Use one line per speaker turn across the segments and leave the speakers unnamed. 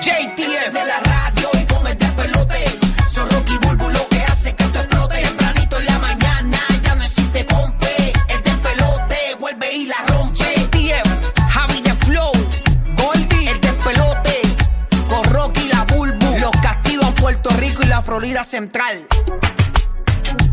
JT es de la radio y con el despelote. Son Rocky Bulbo lo que hace que esto explote. Tempranito en la mañana ya no existe pompe. El despelote vuelve y la rompe. JTF, Javi de Flow, Goldie, el despelote. Con Rocky y la Bulbu. Los castigan Puerto Rico y la Florida Central.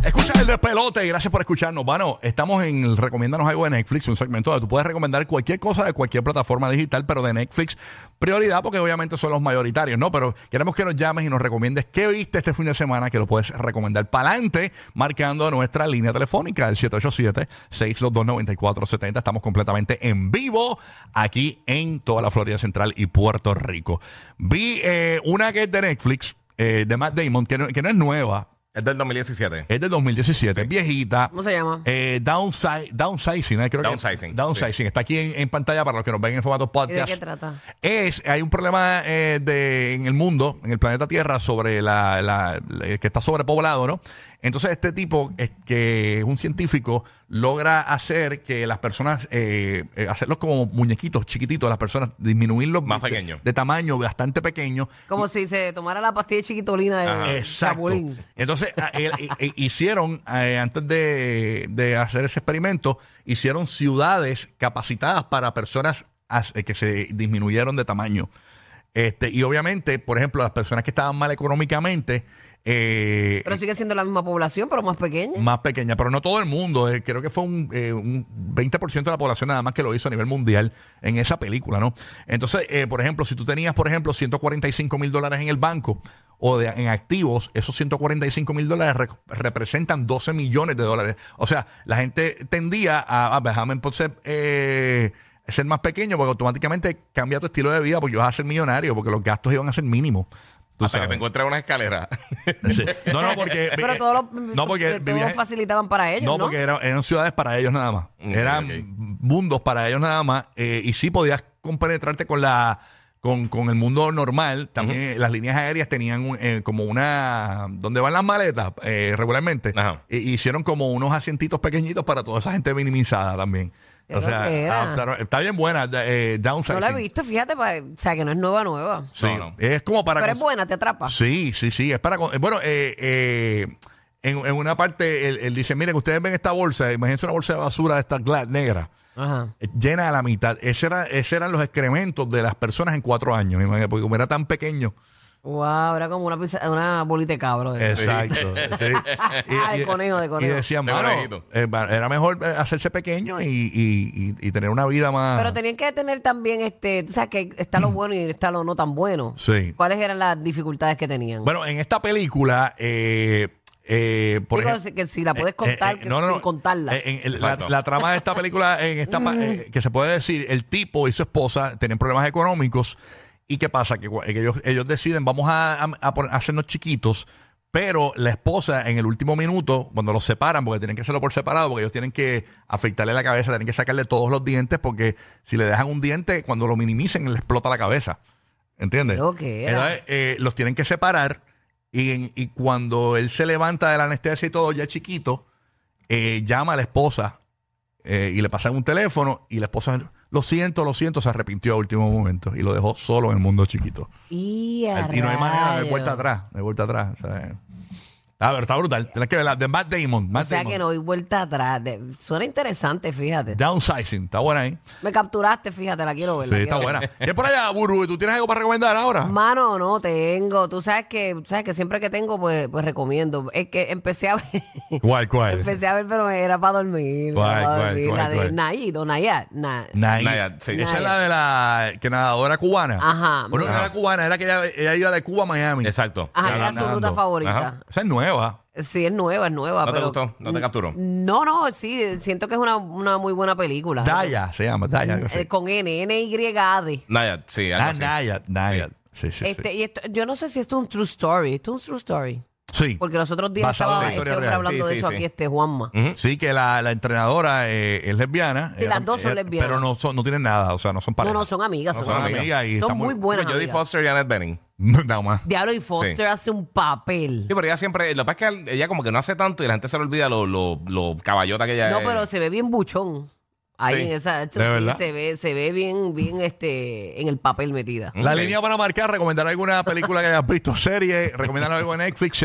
Escucha el despelote, gracias por escucharnos. Bueno, estamos en el Recomiéndanos algo de Netflix, un segmento donde tú puedes recomendar cualquier cosa de cualquier plataforma digital, pero de Netflix, prioridad porque obviamente son los mayoritarios, ¿no? Pero queremos que nos llames y nos recomiendes qué viste este fin de semana que lo puedes recomendar para adelante, marcando nuestra línea telefónica, el 787-622-9470. Estamos completamente en vivo aquí en toda la Florida Central y Puerto Rico. Vi eh, una que es de Netflix, eh, de Matt Damon, que no- que no es nueva.
Es del 2017.
Es del 2017, es viejita.
¿Cómo se llama?
Eh, downsi- downsizing, eh, creo que-
Downsizing,
downsizing. Está aquí en, en pantalla para los que nos ven en formato
¿Y
podcast.
de qué trata?
Es, hay un problema eh, de, en el mundo, en el planeta Tierra, sobre la, la- la- que está sobrepoblado, ¿no? Entonces este tipo, es que es un científico, logra hacer que las personas, eh, eh, hacerlos como muñequitos chiquititos, las personas, disminuirlos
Más
de-
pequeños.
de tamaño bastante pequeño.
Como si se tomara la pastilla de chiquitolina de
Ah.
Ajá.
Exacto.
Chapulín.
Entonces, a- el- i- i- hicieron, eh, antes de, de hacer ese experimento, hicieron ciudades capacitadas para personas as- eh, que se disminuyeron de tamaño. Este, y obviamente, por ejemplo, las personas que estaban mal económicamente, eh,
Pero sigue siendo la misma población, pero más pequeña.
más pequeña, pero no todo el mundo. eh, creo que fue un, eh, un 20% de la población nada más que lo hizo a nivel mundial en esa película, ¿no? Entonces, eh, por ejemplo, si tú tenías, por ejemplo, 145 mil dólares en el banco o de- en activos, esos 145 mil dólares re- representan 12 millones de dólares. O sea, la gente tendía a, a déjame entonces... eh, ser más pequeño porque automáticamente cambia tu estilo de vida porque vas a ser millonario porque los gastos iban a ser mínimos. Tú
Hasta que te
sabes.
encuentres una escalera.
Sí. No, no, porque...
Pero todos los
eh,
mm,
no, porque
todos
vivías-
facilitaban para ellos, ¿no?
no, porque era- eran ciudades para ellos nada más.
Ok,
eran
ok.
mundos para ellos nada más. eh, y sí podías compenetrarte con la con, con el mundo normal. También eh, las líneas aéreas tenían un, eh, como una... donde van las maletas eh, regularmente?
Ajá.
E- hicieron como unos asientitos pequeñitos para toda esa gente minimizada también.
Qué loquera.
adaptaron- está bien buena. da- Eh,
No
downsizing.
la he visto, fíjate, pa- o sea, que no es nueva, nueva.
Sí,
No, no.
Es como para...
Pero es
cons-
buena, te atrapa.
Sí, sí, sí. Es para. con- Bueno, eh, eh, en, en una parte él, él dice: Miren, ustedes ven esta bolsa, imagínense una bolsa de basura de esta Glad negra,
Ajá.
eh, llena a la mitad. Ese era, ese eran los excrementos de las personas en cuatro años, imagínate, porque como era tan pequeño.
Wow, era como una, pizza- una bolita de cabro. de-
Exacto. sí.
Ah, de conejo, de conejo.
Y decían,
De
"Mano,
conejito".
eh, va- era mejor eh, hacerse pequeño y, y- y- y tener una vida más.
Pero tenían que tener también, este, tú sabes que está lo bueno y está lo no tan bueno.
Sí.
¿Cuáles eran las dificultades que tenían?
Bueno, en esta película, eh, eh, por
Digo,
ejemplo.
que si la puedes contar,
eh,
que-
no, no, no.
sin contarla. Mm.
Eh, en el- la,
Exacto.
la trama de esta película, en esta pa- eh, que se puede decir, el tipo y su esposa tenían problemas económicos. ¿Y qué pasa? Que, cua- que ellos, ellos deciden, vamos a, a- a pon- a hacernos chiquitos. Pero la esposa, en el último minuto, cuando los separan, porque tienen que hacerlo por separado, porque ellos tienen que afectarle la cabeza, tienen que sacarle todos los dientes, porque si le dejan un diente, cuando lo minimicen, le explota la cabeza. ¿Entiendes?
Lo que era.
Entonces, eh, los tienen que separar y, en- y cuando él se levanta de la anestesia y todo, ya chiquito, eh, llama a la esposa eh, y le pasan un teléfono y la esposa, lo siento, lo siento, se arrepintió a último momento y lo dejó solo en el mundo chiquito.
y, a
eh, Y no hay manera de
rayos.
vuelta atrás, de vuelta atrás. o sea, eh. Ah, pero está brutal. Tienes que verla. De Matt Damon.
O
Ah,
Matt
sea
Damon.
que no hay vuelta atrás. De- suena interesante, fíjate.
Downsizing. Está buena ahí.
Me capturaste, fíjate, la quiero ver.
Sí,
Pues la
está
quiero ver.
buena. ¿Qué por allá, Buru? ¿Tú tienes algo para recomendar ahora?
Mano, no tengo. Tú sabes que, tú sabes que siempre que tengo, pues, pues recomiendo. Es que empecé a ver,
¿Cuál, cuál?
empecé a ver, pero era para dormir.
¿Cuál,
era para
cuál,
dormir.
cuál,
la de
cuál?
Nayid o Nayad. na-
Nayib.
Nayib, sí.
Esa es
Nayib.
la de la que nadadora cubana.
Ajá.
Bueno, no
Ajá.
era cubana, era que ella, ella iba de Cuba a Miami.
Exacto.
Ajá,
Ya
era
ganando.
su ruta favorita.
Ajá.
Esa es nueva.
Sí, es nueva, es nueva.
¿No te
pero-
gustó? ¿No te capturó?
No, no, sí, siento que es una, una muy buena película.
Daya se llama, Daya. algo así.
Eh, con N, N-Y-A-D.
Naya, sí, algo
Ah,
así.
Naya, Naya. Sí, sí, sí.
Este, y esto- yo no sé si esto es un true story. Esto es un true story.
Sí.
Porque los otros días
Basado en
estaba
la historia
este hombre
real.
hablando
Sí,
de
sí,
eso
sí.
aquí, este Juanma.
Sí, que la, la entrenadora eh, es lesbiana.
Sí, las dos son lesbianas.
Pero no, son, no tienen nada, o sea, no son pareja.
No, no, son amigas.
No
Son,
son
amigas.
amigas y
son
están muy-
muy buenas.
Jodie
amigas.
Foster y Annette Bening.
Nada más.
Diablo y Foster
Sí.
hace un papel.
Sí, pero ella siempre, lo que pasa es que ella como que no hace tanto y la gente se le olvida lo, lo, lo caballota que ella
no,
es.
pero se ve bien buchón. Ahí
Sí,
en esa hecho,
de
sí,
verdad.
se ve, se ve bien, bien este, en el papel metida.
La
Ok.
línea para marcar, recomendar alguna película que hayas visto, serie, recomendar algo en Netflix,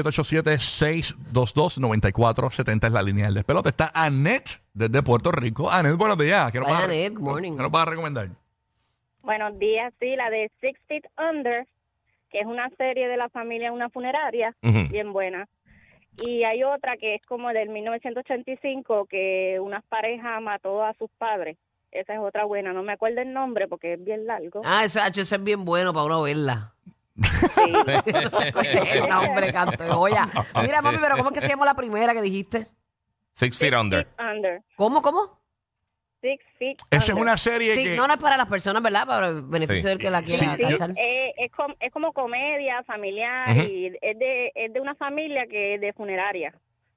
787-622-9470 es la línea del despelote. Está Anet desde Puerto Rico. Anet, buenos días. ¿Qué nos
Vaya,
vas a re-
Anet, good morning. Ah,
¿Qué nos vas a recomendar?
Buenos días, sí, la de Six Feet Under, que es una serie de la familia en una funeraria,
Ujú.
bien buena. Y hay otra que es como del 1985, que una pareja mató a sus padres. Esa es otra buena, no me acuerdo el nombre porque es bien largo.
Ah, eso, hecho, eso es bien bueno para una verla.
Sí.
no, hombre, canto de joya. Mira, mami, pero ¿cómo es que se llama la primera que dijiste?
Six feet under.
Under,
¿Cómo, cómo?
Six Feet
Esa es
Under.
una serie
Sí,
que...
no, no es para las personas, ¿verdad? Para el beneficio
Sí.
del que la quiera
Sí, yo-
cachar.
Eh, es, com- es como comedia familiar
Ujú.
y es de, es de una familia que es de funeraria,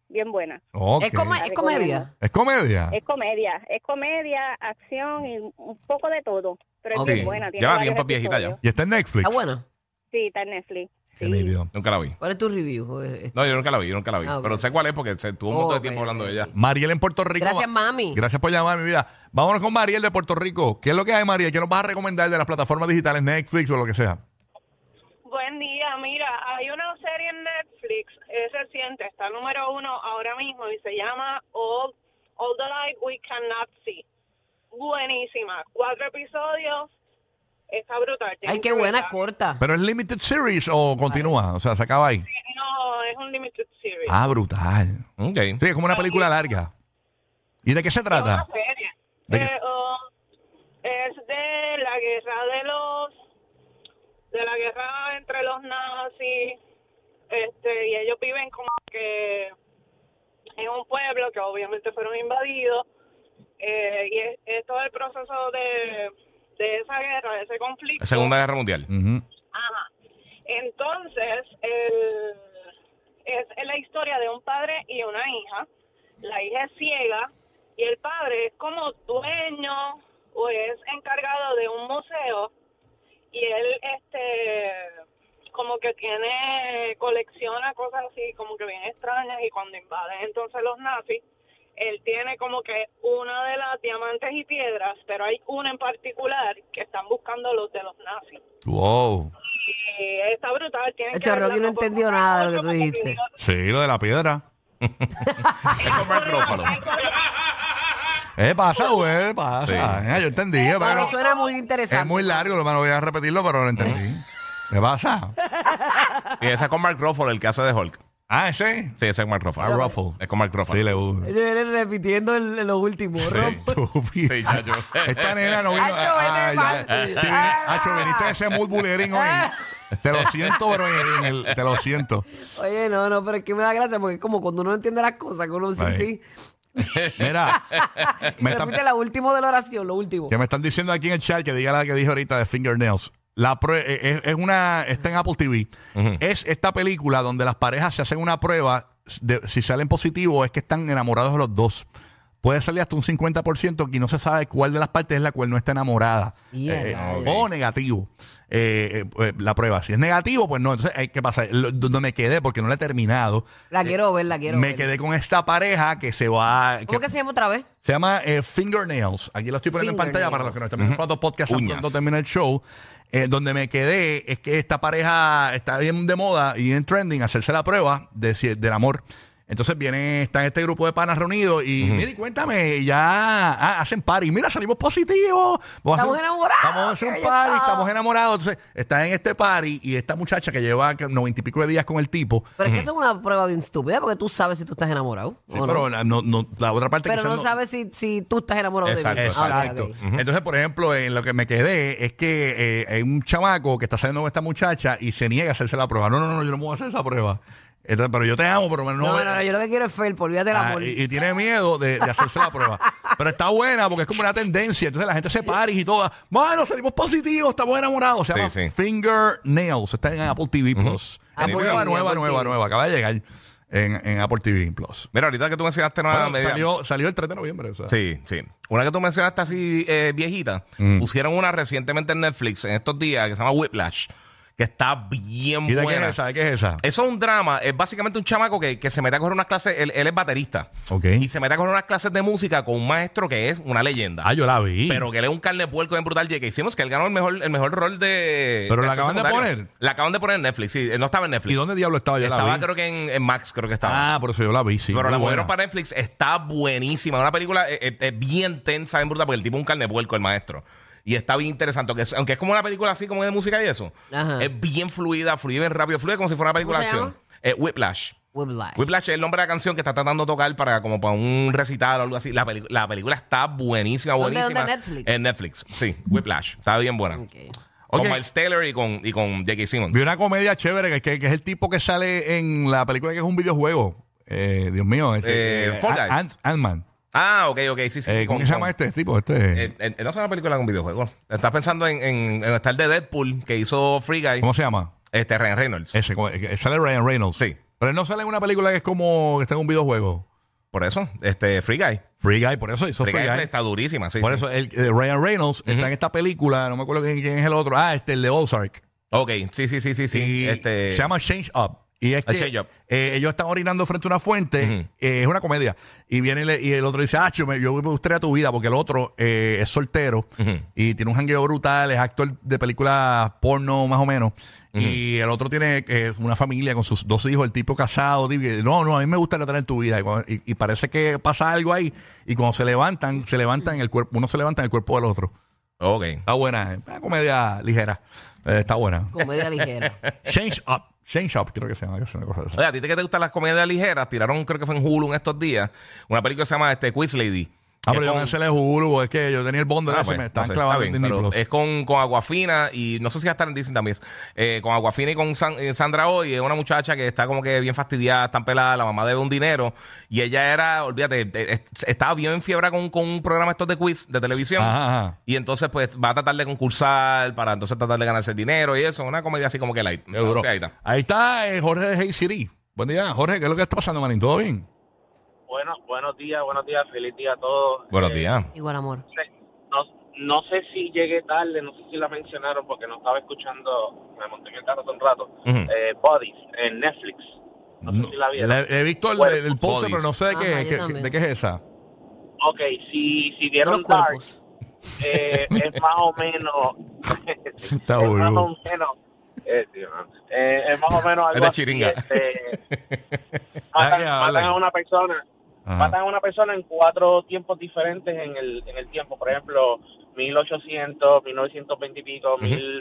bien buena.
Ok.
Es, come- es comedia.
¿Es comedia?
Es comedia, es comedia, acción y un poco de todo. Pero es
Ok.
bien buena. tiene
Ya va
varios
tiempo viejita
episodios.
Y está en Netflix.
Está buena.
Sí, está en Netflix.
Qué
sí.
nítido.
Nunca la vi.
¿Cuál es tu review? Eh,
No, yo nunca la vi, yo nunca la vi.
Ah, ok.
Pero sé cuál es porque se tuvo un montón de
Ok,
tiempo hablando de ella.
Mariel en Puerto Rico.
Gracias, mami.
Gracias por llamar, mi vida. Vámonos con Mariel de Puerto Rico. ¿Qué es lo que hay, Mariel? ¿Qué nos vas a recomendar de las plataformas digitales, Netflix o lo que sea?
Buen día, mira, hay una serie en Netflix, es reciente, está número uno ahora mismo y se llama All, All the Light We Cannot See. Buenísima, cuatro episodios, está brutal.
Ay,
tienen
qué
que
buena, es
verla.
corta.
¿Pero es limited series o continúa? O sea, se acaba ahí.
No, es un limited series.
Ah, brutal.
Ok.
Sí, es como una película larga. ¿Y de qué se
Es una
trata?
serie.
¿De qué?
Eh, oh, es de la guerra de los de la guerra entre los nazis este y ellos viven como que en un pueblo que obviamente fueron invadidos eh, y es, es todo el proceso de, de esa guerra de ese conflicto
La Segunda Guerra Mundial.
Ujú.
Ajá. Entonces, el- es es la historia de un padre y una hija. La hija es ciega y el padre es como dueño o es encargado de un museo y él, este, como que tiene, colecciona cosas así como que bien extrañas y cuando invaden entonces los nazis, él tiene como que una de las diamantes y piedras, pero hay una en particular que están buscando los de los nazis.
Wow.
Eh, está brutal. Tienen
Hecho,
verla,
Rocky no
puedo
entendió
contar
nada de lo que
mucho
tú
porque
dijiste.
no-
Sí, lo de la piedra.
Es como el prófalo.
Eh, pasa, güey, pasa.
Sí.
Eh, yo entendí, eh,
Pero
pero
suena muy interesante.
es muy largo, hermano, voy a repetirlo, pero lo entendí. ¿Qué pasa?
Y esa es con Mark Ruffalo, el que hace de Hulk.
Ah, ese.
Sí, ese es Mark Ruffalo.
Mark Ruffalo.
Es con Mark Ruffalo.
Sí, le gusta.
Ellos vienen repitiendo el- lo último. Rob.
Estúpido.
Sí, chacho.
Esta nena no vino. Ah,
Hacho, vete
ya.
pa'l-
Sí, vine- Hacho, viniste de ese mood bullying hoy. Te lo siento, pero en el- te lo siento.
Oye, no, no, pero es que me da gracia porque es como cuando uno no entiende las cosas, que uno sí,
Ay.
sí.
Mira, me están-
Repite la última de la oración, lo último.
que me están diciendo aquí en el chat que diga la que dije ahorita de Fingernails. La prue- eh, es, es una está en Apple TV.
Ujú.
Es esta película donde las parejas se hacen una prueba de si salen positivos es que están enamorados los dos. Puede salir hasta un 50% y no se sabe cuál de las partes es la cual no está enamorada. Eh,
Y a rayos.
O negativo. Eh, eh, eh, la prueba. Si es negativo, pues no. Entonces, eh, ¿qué pasa? Lo- donde me quedé, porque no la he terminado,
La quiero ver, la quiero
me
ver.
quedé con esta pareja que se va.
¿Cómo que se llama otra vez?
Se llama eh, Fingernails. Aquí lo estoy poniendo en pantalla
Fingernails.
para los que nos están viendo en fotos podcast tan
Uñas.
pronto termina el show. Eh, donde me quedé es que esta pareja está bien de moda y en trending hacerse la prueba de, si- del amor. Entonces viene, están este grupo de panas reunidos y, mira, y cuéntame, ya ah, hacen party. Mira, salimos positivos. Vamos a
Estamos
hacer-
enamorados.
Vamos a hacer
Ahí
un party,
está.
estamos enamorados. Entonces, están en este party y esta muchacha que lleva noventa y pico de días con el tipo.
Pero es que eso es una prueba bien estúpida porque tú sabes si tú estás enamorado.
Sí,
o no.
pero la- no- no- la otra parte
Pero
quizás
no sabes si, si tú estás enamorado
Exacto,
de mí. Ah, ok,
Eh, Exacto.
ok.
Entonces, por ejemplo, en lo que me quedé es que eh, hay un chamaco que está saliendo con esta muchacha y se niega a hacerse la prueba. No, no, no, yo no me voy a hacer esa prueba. Entonces, pero yo te amo, pero no,
No,
me-
no, no, yo lo que quiero es felpo, olvídate del
Ah,
amor.
y, y tiene miedo de, de hacerse la prueba. Pero está buena porque es como una tendencia. Entonces la gente se paris y todo. Bueno, salimos positivos, estamos enamorados. Se
Sí,
llama
sí.
Finger Nails. Está en Apple TV Plus.
Apple
nueva,
TV,
nueva,
Apple
nueva,
TV.
nueva. Acaba de llegar en, en Apple TV Plus.
Mira, ahorita que tú mencionaste nueva
Bueno,
medida-
salió, salió el 3 de noviembre. o sea.
Ah, Sí, sí. Una que tú mencionaste
Mm.
así eh, viejita, pusieron una recientemente en Netflix en estos días que se llama Whiplash, que está bien
¿Y de qué es
buena.
esa? ¿De qué es esa?
Eso es un drama. Es básicamente un chamaco que, que se mete a coger unas clases. Él, él es baterista.
Ok.
Y se mete a coger unas clases de música con un maestro que es una leyenda.
Ah, yo la vi.
Pero que él es un carne de puerco bien brutal. Y que hicimos que él ganó el mejor, el mejor rol de.
Pero la
actor
acaban de
secundario.
poner.
La acaban de poner en Netflix. Sí, él no estaba en Netflix.
¿Y dónde diablo estaba? Yo la
Estaba,
vi.
creo que en, en Max, creo que estaba.
Ah, por eso yo la vi, sí.
Pero
muy
la movieron
buena.
para Netflix, está buenísima. Una película eh, eh, eh, bien tensa, bien brutal, porque el tipo es un carne de puerco, el maestro. Y está bien interesante, aunque es, aunque es como una película así, como de música y eso.
Ajá.
Es bien fluida, fluye bien rápido, fluye como si fuera una película de
¿Cómo se
acción. Eh, Whiplash.
Whiplash.
Whiplash es el nombre de la canción que está tratando de tocar para como para un recital o algo así. La, peli- la película está buenísima,
¿Dónde-
buenísima.
dónde? ¿Netflix?
En Netflix, sí. Whiplash. Está bien buena.
Ok.
Con
Ok.
Miles Taylor y con, y con J.K. Simmons.
Vi una comedia chévere que, que- que es el tipo que sale en la película que es un videojuego. Eh, Dios mío. Este,
Eh, Fall Guys.
Ant- Ant-Man.
Ah, ok, ok, sí, sí.
Eh,
sí,
¿Cómo
con-
se llama
con-
este tipo? Este,
Eh, eh, no es una película con videojuegos. Estás pensando en, en, en estar de Deadpool que hizo Free Guy,
¿Cómo se llama?
este Ryan Reynolds.
Ese, como- eh, sale Ryan Reynolds.
Sí.
Pero él no sale en una película que es como que está en un videojuego.
Por eso, este Free Guy.
Free Guy, por eso hizo
Free
Free
Guy
Guy.
está durísima, sí.
por
sí.
eso el, eh, Ryan Reynolds está en esta película, no me acuerdo quién, quién es el otro. Ah, este, el de Ozark.
Ok, sí, sí, sí, sí, sí.
Y
Este,
Se llama Change Up. Y es
A
que
Change Up.
eh, ellos están orinando frente a una fuente,
Ujú.
eh, es una comedia. Y viene y le- y el otro dice, ah, yo me, yo me gustaría tu vida, porque el otro eh, es soltero
Ujú.
y tiene un jangueo brutal, es actor de películas porno más o menos. Y el otro tiene eh, una familia con sus dos hijos, el tipo casado. tipo, que, no, no, a mí me gustaría tener tu vida. Y, cuando- y- y parece que pasa algo ahí. Y cuando se levantan, se levantan en el cuerpo, uno se levanta en el cuerpo del otro.
Ok.
Está buena, eh. una comedia ligera. Eh, está buena.
Comedia ligera.
Change Up. Change Up, creo que se llama. que es una cosa de esa.
Oye, a ti te- que te gustan las comedias ligeras, tiraron, creo que fue en Hulu en estos días, una película que se llama este, Quiz Lady.
Ah,
Que
pero yo
con-
no se le juro, es que yo tenía el bondo de
Ah,
ese,
pues,
me
no
están
sé,
clavando
está
en Disney
pero
Plus.
Es con, con Aguafina y no sé si va a estar en Disney también. Eh, con Aguafina y con San- eh, Sandra Hoy, es una muchacha que está como que bien fastidiada, está pelada, la mamá debe un dinero y ella era, olvídate, de- es- estaba bien fiebre con, con un programa estos de quiz de televisión.
Ajá, ajá.
Y entonces pues va a tratar de concursar para entonces tratar de ganarse el dinero y eso, una comedia así como que light.
Qué duro.
Ah, Ahí está.
Ahí está eh, Jorge de Hey City. Buen día, Jorge, ¿qué es lo que está pasando, manín? ¿Todo bien?
Bueno, buenos días, buenos días, feliz día a todos.
Buenos
Eh,
días.
Igual amor.
No, no sé si llegué tarde, no sé si la mencionaron porque no estaba escuchando, me monté en el carro hace un rato.
Ujú.
Eh, Bodies, en Netflix. No, sé si la vieron.
Le- he visto el,
Cuerpos,
el post,
bodies.
pero no sé de qué,
Ajá,
qué-
yo
qué-
también.
de qué es esa.
Ok, si, si
No
vieron
los
Dark,
cuerpos.
eh, es más o menos...
Está
es más
bueno.
o menos... eh, sí, no. Eh, es más o menos algo
Es de
así,
chiringa.
este,
Ah,
matan,
ya,
matan
habla.
a una persona
Ajá.
matan a una persona en cuatro tiempos diferentes en el, en el tiempo. Por ejemplo, 1800, 1920 y pico, mil...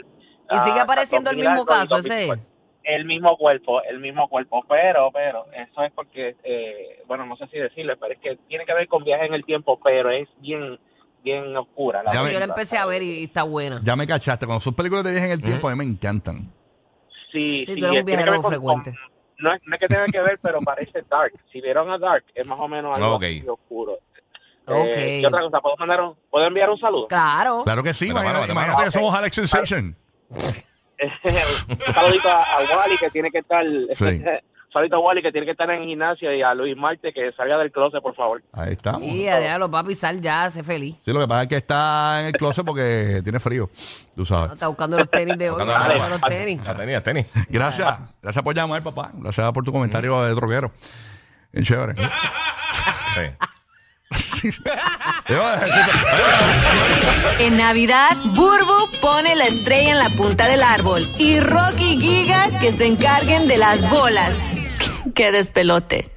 Y sigue
ah,
apareciendo el
2000
mismo
algo y
caso, ese.
2004. El mismo cuerpo, el mismo cuerpo. Pero, pero, eso es porque, eh, bueno, no sé si decirle, pero es que tiene que ver con viaje en el tiempo, pero es bien bien oscura. La
Ya
Sí,
ve-
yo
película.
la empecé a ver y, y está buena.
Ya me cachaste. Cuando son películas de viajes en el tiempo, a mí me encantan.
Sí,
Sí,
sí,
tú eres un
tiene que ver
viajero
con-
frecuente.
con- no, es, no es que tenga que ver, pero parece Dark. Si vieron a Dark, es más o menos algo
Ok.
así oscuro.
Ok.
Eh, ¿qué otra cosa? ¿Puedo, mandar un- ¿Puedo enviar un saludo?
Claro.
Claro que sí,
Pero,
imagínate,
pero,
imagínate
pero,
que somos
ok.
Alex Sensation.
un saludito a, a Wally que tiene que estar
Sí.
un saludito a Wally que tiene que estar en gimnasia y a Luis Marte que salga del closet por favor
Ahí estamos.
Y ya los va a pisar ya, sé feliz.
Sí, lo que pasa es que está en el closet porque tiene frío, tú
No,
sabes.
está buscando los tenis de hoy.
Buscando la
está buscando
ropa.
los tenis.
La tenía, tenis.
Gracias. Gracias por llamar, papá. Gracias por tu comentario de droguero. Bien chévere.
Sí.
En Navidad, Burbu pone la estrella en la punta del árbol y Rocky y Giga que se encarguen de las bolas. Qué despelote.